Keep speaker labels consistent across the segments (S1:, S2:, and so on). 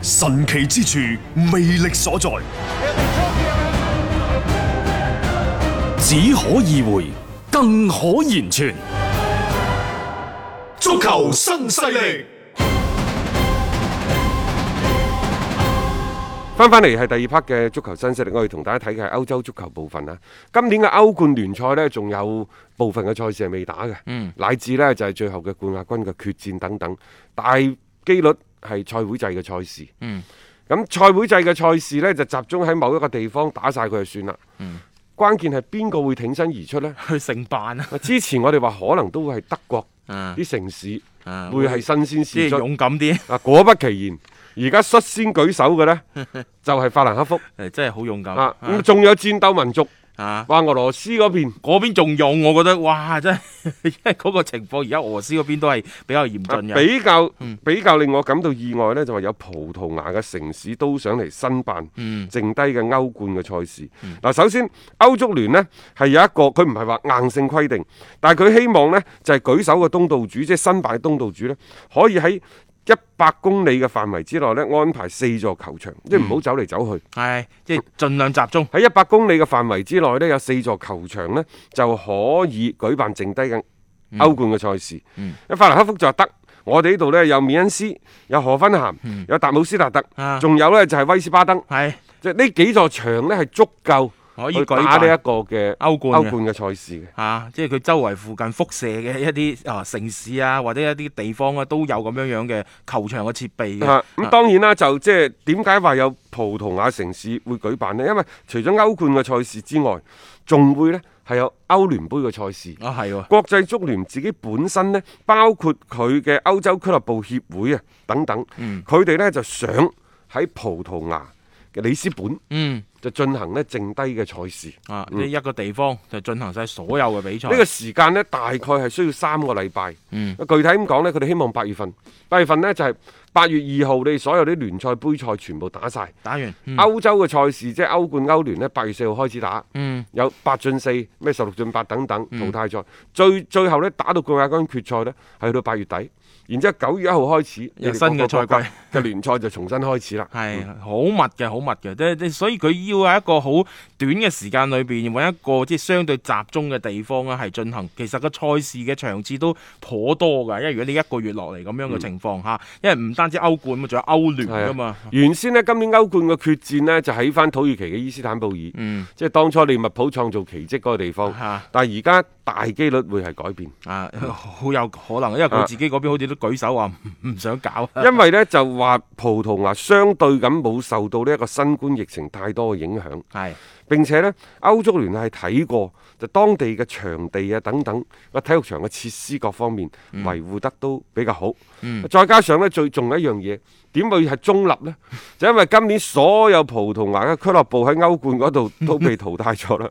S1: 神奇之處，魅力所在，
S2: 只可意會，更可言傳。
S1: 足球新勢力。
S3: 翻翻嚟係第二 part 嘅足球新勢力，我哋同大家睇嘅係歐洲足球部分啊。今年嘅歐冠聯賽呢，仲有部分嘅賽事係未打嘅，乃至呢就係、最後嘅冠亞軍嘅決戰等等，大機率係賽會制嘅賽事。嗯，咁賽會制嘅賽事呢，就集中喺某一個地方打晒佢就算啦。嗯，關鍵係邊個會挺身而 出呢？
S4: 去承辦啊，
S3: 之前我哋話可能都會係德國
S4: 嗯
S3: 啲城市
S4: 嗯
S3: 啊會係新鮮
S4: 即
S3: 事
S4: 係
S3: 出。
S4: 勇敢啲，
S3: 啊，果不其然，而家率先舉手嘅 呢，就係法蘭克福。
S4: 誒真係好勇敢
S3: 啊，咁仲有戰鬥民族，
S4: 啊！
S3: 話俄羅斯嗰邊
S4: 嗰邊仲勇，我覺得哇，真係因為嗰個情況，而家俄羅斯嗰邊都係比較嚴
S3: 啊
S4: 峻嘅。
S3: 比較
S4: 嗯
S3: 比較令我感到意外呢，就話有葡萄牙嘅城市都想嚟申辦
S4: 嗯
S3: 剩低嘅歐冠嘅賽事。嗱，首先歐足聯呢係有一個，佢唔係話硬性規定，但係佢希望呢就係舉手嘅東道主，即係申辦嘅東道主呢，可以喺一百公里嘅範圍之內呢安排四座球場，即係唔好走嚟走去。
S4: 係即係盡量集中。
S3: 喺一百公里嘅範圍之內呢，有四座球場呢就可以舉辦剩低嘅歐冠嘅賽事。
S4: 嗯
S3: 法蘭克福就話得，我哋呢度呢有緬恩斯、有何芬咸、有達姆斯達特，
S4: 嗯啊
S3: 仲、有呢就係、威斯巴登，
S4: 係
S3: 即係呢幾座場呢係足夠
S4: 可以
S3: 去打
S4: 舉辦
S3: 呢一個嘅
S4: 歐冠嘅
S3: 歐冠嘅賽事嘅。
S4: 啊，即係佢周圍附近輻射嘅一啲啊城市啊，或者一啲地方啊，都有咁樣樣嘅球場嘅設備嘅
S3: 啊。咁當然啦，就即係點解話有葡萄牙城市會舉辦呢？因為除咗歐冠嘅賽事之外，仲會呢係有歐聯杯嘅賽事。
S4: 啊係喎，
S3: 國際足聯自己本身呢，包括佢嘅歐洲俱樂部協會啊等等，
S4: 嗯
S3: 佢哋、呢就想喺葡萄牙嘅里斯本
S4: 嗯
S3: 就進行呢剩低嘅賽事。
S4: 啊，呢一個地方就進行晒所有嘅比賽。
S3: 嗯呢個時間呢，大概係需要三個禮拜。
S4: 嗯
S3: 具體咁講呢，佢哋希望八月份，八月份呢就係、八月二號，你哋所有啲聯賽杯賽全部打晒。
S4: 打完，嗯
S3: 歐洲嘅賽事即係歐冠、歐聯呢，八月四號開始打，
S4: 嗯
S3: 有八進四、咩十六進八等等淘汰賽，最最後呢，打到冠亞軍決賽呢，係去到八月底，然之後九月一號開始，
S4: 有
S3: 你哋
S4: 新嘅
S3: 各個國
S4: 賽季
S3: 家嘅聯賽就重新開始啦。
S4: 係好密嘅，好密嘅，即係即係所以佢要喺一個好短嘅時間裏邊揾一個即係相對集中嘅地方啊啦，係進行。其實個賽事嘅場次都頗多㗎，因為如果你一個月落嚟咁樣嘅情況下，因為唔單止歐冠嘛，仲有歐聯
S3: 嗯係啊
S4: 㗎嘛。
S3: 原先呢，今年歐冠嘅決戰呢，就喺翻土耳其嘅伊斯坦布爾，
S4: 嗯啊
S3: 即係當初利物浦創造奇蹟嗰個地方。
S4: 嚇
S3: 但係而家大機率會係改變，
S4: 啊，好有可能，因為
S3: 啊
S4: 佢自己嗰邊好似都舉手話唔唔想搞。啊
S3: 因為呢，就話葡萄牙相對咁冇受到呢一個新冠疫情太多嘅影響。
S4: 係
S3: 並且呢，歐足聯係睇過就當地嘅場地啊等等個體育場嘅設施各方面
S4: 嗯
S3: 維護得都比較好。再加上呢，最重要一樣嘢，點會係中立 呢？就因為今年所有葡萄牙嘅俱樂部喺歐冠嗰度 都被淘汰咗啦，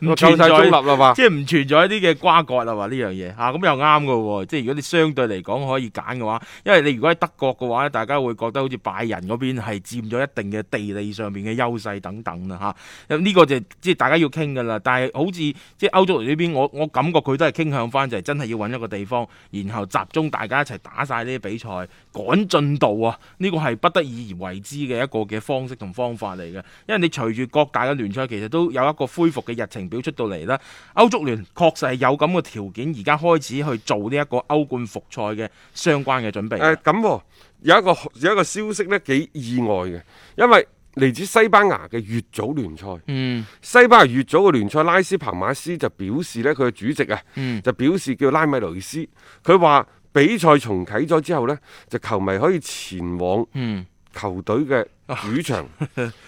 S4: 唔
S3: 夠
S4: 存
S3: 晒
S4: 在
S3: 中立啦嘛。
S4: 即係唔存在一啲嘅瓜葛啦，話呢樣嘢嚇，咁又啱嘅喎。即係如果你相對嚟講可以揀嘅話，因為你如果喺德國嘅話咧，大家會覺得好似拜仁嗰邊係佔咗一定嘅地理上面嘅優勢等等啦嚇。咁呢個就即係大家要傾嘅啦。但係好似即係歐洲呢邊，我我感覺佢都係傾向翻就係真係要揾一個地方，然後集中大家一齊打晒呢啲比賽，趕進度啊！呢個係不得已而為之嘅一個嘅方式同方法嚟嘅。因為你隨住各大嘅聯賽其實都有一個恢復嘅日程表出到嚟啦。歐足聯確實係有咁嘅條件，而家開始去做呢一個歐冠復賽嘅相關嘅準備。
S3: 誒咁喎有一個有一個消息呢幾意外嘅，因為嚟自西班牙嘅乙組聯賽。
S4: 嗯
S3: 西班牙乙組嘅聯賽，拉斯彭馬斯就表示呢，佢嘅主席啊，
S4: 嗯
S3: 就表示叫拉米雷斯，佢話比賽重啟咗之後呢，就球迷可以前往
S4: 嗯，哦
S3: 球隊嘅主 場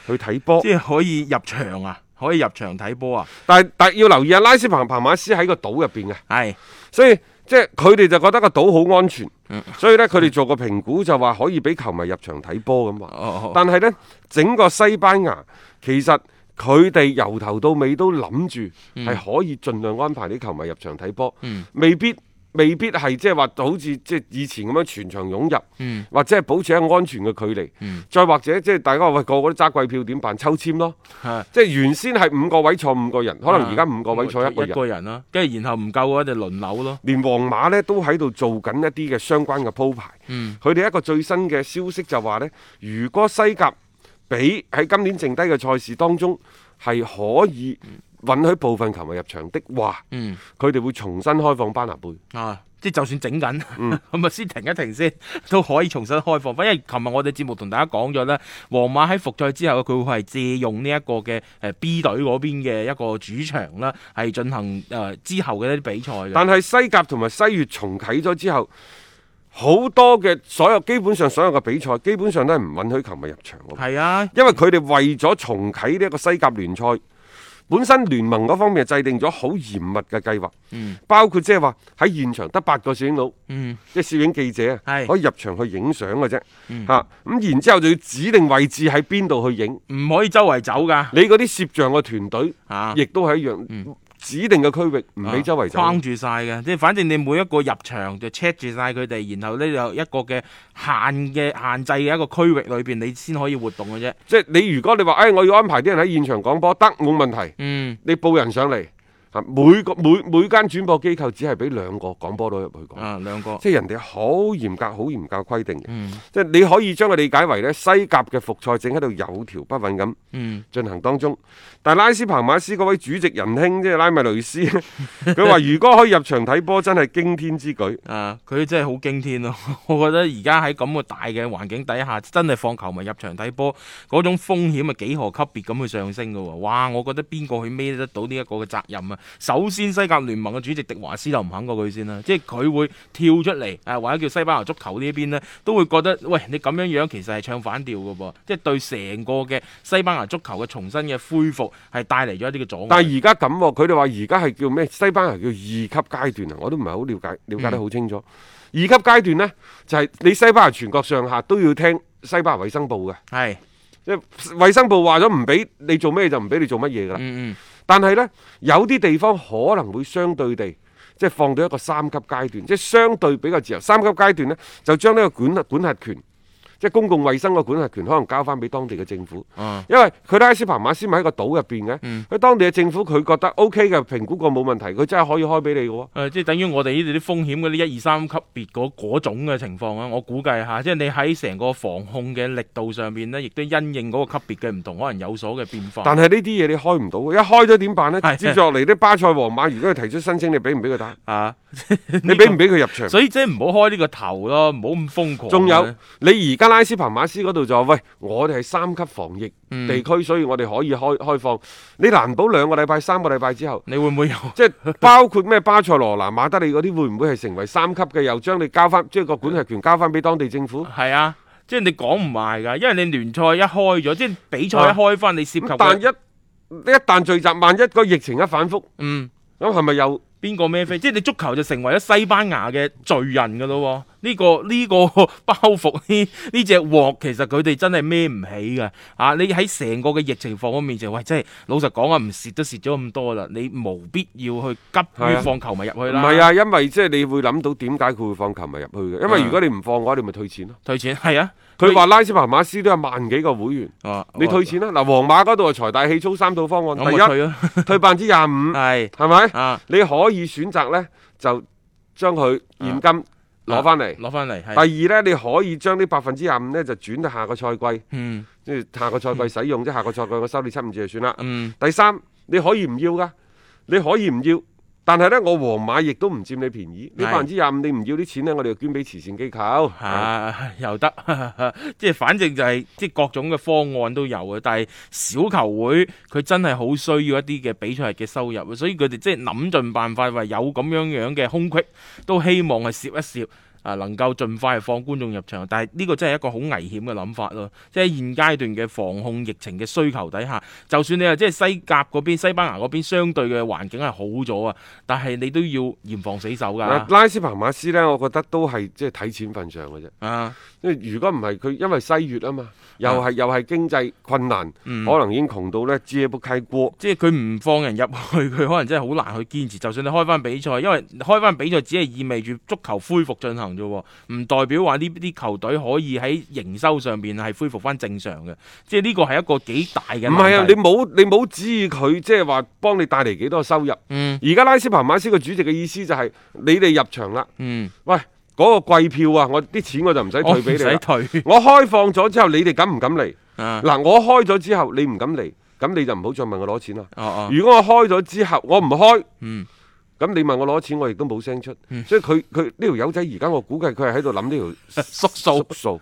S3: 去睇波
S4: 即。係可以入場啊，可以入場睇波啊，
S3: 但係但係要留意啊，拉斯彭彭馬斯喺個島入邊嘅，
S4: 係
S3: 所以即係佢哋就覺得個島好安全
S4: 嗯，
S3: 所以呢，佢哋做個評估就話可以俾球迷入場睇波咁話。
S4: 哦
S3: 但係呢，整個西班牙其實佢哋由頭到尾都諗住係可以盡量安排啲球迷入場睇波，
S4: 嗯
S3: 未必未必係即係話好似即係以前咁樣全場湧入，
S4: 嗯
S3: 或者係保持一個安全嘅距離，
S4: 嗯
S3: 再或者即係大家話喂個個都揸貴票點辦？抽籤咯，
S4: 係
S3: 即係原先係五個位坐五個人，可能而家啊五個位坐一個
S4: 一
S3: 人。
S4: 啊個人啦，跟住然後唔夠嘅話就輪流咯，
S3: 連皇馬呢都喺度做緊一啲嘅相關嘅鋪排。
S4: 嗯
S3: 佢哋一個最新嘅消息就話呢，如果西甲比喺今年剩低嘅賽事當中係可以允許部分球迷入場的話，
S4: 嗯
S3: 佢哋會重新開放班拿貝。
S4: 啊。即係就算整緊，
S3: 嗯
S4: 咁啊先停一停先， 都可以重新開放翻。因為琴日我哋節目同大家講咗咧，皇馬喺復賽之後，佢會係借用呢一個嘅誒 B 隊嗰邊嘅一個主場啦，係進行誒、呃之後嘅一啲比賽嘅。
S3: 但係西甲同埋西乙重啟咗之後，好多嘅所有基本上所有嘅比賽，基本上都係唔允許球迷入場嘅。
S4: 係啊，
S3: 因為佢哋為咗重啟呢一個西甲聯賽，本身聯盟嗰方面制定咗好嚴密嘅計劃，
S4: 嗯
S3: 包括即係話喺現場得八個攝影佬，
S4: 嗯
S3: 即係攝影記者啊，
S4: 係嗯
S3: 可以入場去影相嘅啫，嚇咁、然之後就要指定位置喺邊度去影，
S4: 唔可以周圍走㗎
S3: 你嗰啲攝像嘅團隊
S4: 啊！
S3: 亦都係一樣，指定嘅區域唔俾周圍走。
S4: 框住晒嘅，即係反正你每一個入場就 check 住晒佢哋，然後呢有一個嘅限嘅限制嘅一個區域裏邊，你先可以活動嘅啫。
S3: 即係你如果你話，誒、哎我要安排啲人喺現場講波，得冇問題。
S4: 嗯，
S3: 你報人上嚟，嚇每個每每間轉播機構只係俾兩個廣播佬入去講。
S4: 啊兩個，
S3: 即係人哋好嚴格、好嚴格規定嘅，
S4: 嗯
S3: 即係你可以將佢理解為呢西甲嘅復賽正喺度有條不紊咁
S4: 嗯
S3: 進行當中。但係拉斯彭馬斯嗰位主席仁兄，即係拉米雷斯， 佢話如果可以入場睇波，真係驚天之舉。
S4: 啊，佢真係好驚天咯！ 我覺得而家喺咁嘅大嘅環境底下，真係放球迷入場睇波嗰種風險係幾何級別咁去上升嘅喎。哇！我覺得邊個去孭得到呢一個嘅責任啊？首先西甲聯盟嘅主席迪華斯就唔肯過佢先啦，即係佢會跳出嚟，誒或者叫西班牙足球呢邊呢，都會覺得喂你咁樣樣其實係唱反調嘅噃，即係對成個嘅西班牙足球嘅重新嘅恢復係帶嚟咗一啲嘅阻礙。
S3: 但係而家咁喎，佢哋話而家係叫咩？西班牙叫二級階段啊，我都唔係好了解，了解得好清楚。
S4: 嗯
S3: 二級階段呢，就係、你西班牙全國上下都要聽西班牙衞生部嘅，
S4: 係，
S3: 即係衞生部話咗唔俾你做咩就唔俾你做乜嘢㗎啦。
S4: 嗯嗯，
S3: 但係呢，有啲地方可能會相對地即係放到一個三級階段，即係相對比較自由。三級階段呢，就將呢個管管轄權，即係公共衛生嘅管轄權，可能交翻俾當地嘅政府。
S4: 啊
S3: 因為佢拉斯彭馬斯咪喺個島入邊嘅，佢、
S4: 嗯
S3: 當地嘅政府佢覺得 O K 嘅，評估過冇問題，佢真係可以開俾你嘅喎。
S4: 誒、呃即係等於我哋呢度啲風險嗰啲一二三級別嗰嗰種嘅情況啊，我估計下，即係你喺成個防控嘅力度上面呢，亦都因應嗰個級別嘅唔同，可能有所嘅變化。
S3: 但係呢啲嘢你開唔到嘅，一開咗點辦呢？
S4: 係
S3: 接住落嚟啲巴塞、皇馬，如果佢提出申請，你俾唔俾佢打？
S4: 啊，
S3: 你俾唔俾佢入場？
S4: 所以即係唔好開呢個頭咯，唔好咁瘋 狂。
S3: 仲有你而家拉斯彭馬斯嗰度就話：喂，我哋係三級防疫
S4: 嗯
S3: 地區，所以我哋可以開開放。你難保兩個禮拜、三個禮拜之後，
S4: 你會唔會有？
S3: 即係包括咩巴塞羅那、馬德里嗰啲，會唔會係成為三級嘅？又將你交翻，即係個管轄權交翻俾當地政府。
S4: 係啊，即係你講唔埋㗎，因為你聯賽一開咗，即係比賽一開翻，你涉及
S3: 咁啊但
S4: 嘅
S3: 一一旦聚集，萬一個疫情一反覆，
S4: 嗯。
S3: 咁係咪又
S4: 邊個孭飛？即係你足球就成為咗西班牙嘅罪人㗎咯喎！呢、個呢、個 包袱呢呢只鑊，其實佢哋真係孭唔起㗎。啊，你喺成個嘅疫情放我面前，喂，真係老實講啊，唔蝕都蝕咗咁多啦，你無必要去急
S3: 係
S4: 於
S3: 啊
S4: 放球迷入
S3: 唔
S4: 去啦。
S3: 係，啊？因為即係你會諗到點解佢會放球迷入去嘅？因為
S4: 嗯
S3: 如果你唔放嘅話，你咪退錢咯。
S4: 退錢係啊，
S3: 佢話拉斯彭馬斯都有萬幾個會員，
S4: 哦
S3: 你退錢啦。嗱，皇馬嗰度啊係財大氣粗三套方案，
S4: 咁啊
S3: 第
S4: 我
S3: 一嗯
S4: 退 咯，
S3: 退百分之廿五，
S4: 係
S3: 係咪？
S4: 啊，
S3: 你可以選擇呢，就將佢現金攞翻嚟。
S4: 攞翻嚟係，
S3: 第二呢，你可以將呢百分之廿五呢，就轉到下個賽季，
S4: 嗯
S3: 即係下個賽季使用，即係下個賽季我收你七五折就算啦。
S4: 嗯
S3: 第三，你可以唔要噶，你可以唔要，但係呢，我皇馬亦都唔佔你便宜。你
S4: 係
S3: 百分之廿五，你唔要啲錢呢，我哋就捐俾慈善機構。
S4: 啊，又得， 即係反正就係、即係各種嘅方案都有嘅。但係小球會佢真係好需要一啲嘅比賽日嘅收入，啊所以佢哋即係諗盡辦法，話有咁樣樣嘅空隙，都希望係攝一攝。啊，能夠盡快放觀眾入場，但係呢個真係一個好危險嘅諗法咯。即係現階段嘅防控疫情嘅需求底下，就算你話即係西甲嗰邊、西班牙嗰邊相對嘅環境係好咗啊，但係你都要嚴防死守
S3: 嗱
S4: 㗎。
S3: 啊拉斯彭馬斯呢，我覺得都係即係睇錢份上嘅啫。
S4: 啊，
S3: 因為如果唔係佢，因為西月啊嘛，又係又係經濟困難，
S4: 嗯
S3: 可能已經窮到呢，揭不開鍋。
S4: 即係佢唔放人入去，佢可能真係好難去堅持。就算你開翻比賽，因為開翻比賽只係意味住足球恢復進行啫喎，唔代表話呢啲球隊可以喺營收上面係恢復翻正常嘅。即係呢個係一個幾大嘅
S3: 唔係啊
S4: 難，題
S3: 你冇你冇指意佢，即係話幫你帶嚟幾多收入。
S4: 嗯
S3: 而家拉斯彭馬斯個主席嘅意思就係、你哋入場啦，
S4: 嗯，哦
S3: 喂，嗰、個季票啊，我啲錢我就唔使
S4: 我唔
S3: 退俾你啊
S4: 使
S3: 啦。
S4: 退
S3: 我開放咗之後，你哋敢唔敢嚟？
S4: 啊！
S3: 嗱，我開咗之後，你唔敢嚟，咁你就唔好再問我攞錢啦。
S4: 哦哦，
S3: 如果我開咗之後，我唔開，
S4: 嗯
S3: 咁你問我攞錢，我亦都冇聲出。所以佢佢呢條友仔而家，我估計佢係喺度諗呢條
S4: 縮數
S3: 縮數。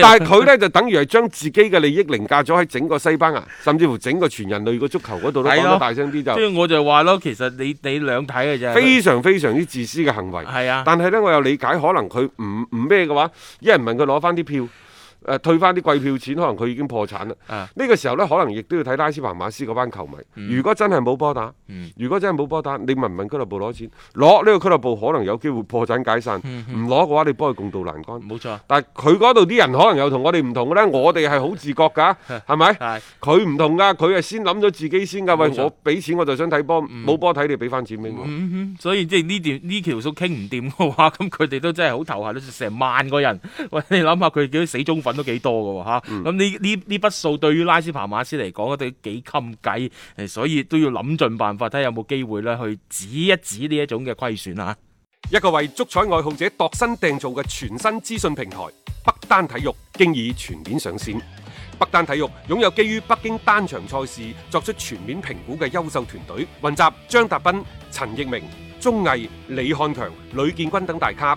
S3: 但係佢呢，就等於係將自己嘅利益凌駕咗喺整個西班牙，甚至乎整個全人類個足球嗰度都
S4: 係
S3: 講
S4: 咯
S3: 得大聲啲
S4: 即
S3: 就
S4: 係我就話咯，其實你你兩睇嘅啫，
S3: 非常非常之自私嘅行為。
S4: 係啊，
S3: 但係呢，我又理解，可能佢唔唔咩嘅話，一人問佢攞翻啲票，誒、呃退翻啲季票錢，可能佢已經破產啦。呢、
S4: 啊嗯
S3: 個時候呢，可能亦都要睇拉斯彭馬斯嗰班球迷。如果真係冇波打，如果真係冇波打，你問唔問俱樂部攞錢？攞呢個俱樂部可能有機會破產解散，
S4: 嗯
S3: 唔攞嘅話，你幫佢共度難關。
S4: 冇錯，
S3: 但係佢嗰度啲人可能又同我哋唔同嘅呢，我哋係好自覺㗎， 係咪？
S4: 係
S3: 佢唔同㗎，佢係先諗咗自己先㗎。喂
S4: 冇，錯
S3: 我俾錢我就想睇波，冇波睇你俾翻錢俾我。
S4: 嗯哼，所以即係呢段呢條數傾唔掂嘅話， 咁佢哋都真係好頭痕，成萬個人。 喂，你諗下佢幾死忠粉都幾多嘅喎嚇咁呢呢呢筆數對於拉斯帕馬斯嚟講都幾襟計，誒所以都要諗盡辦法睇下有冇機會咧去止一止呢一種嘅虧損啊！
S3: 一個為足彩愛好者度身訂造嘅全新資訊平台北單體育，經已全面上線。北單體育擁有基於北京單場賽事作出全面評估嘅優秀團隊，雲集張達斌、陳奕明、鐘毅、李漢強、呂建軍等大咖，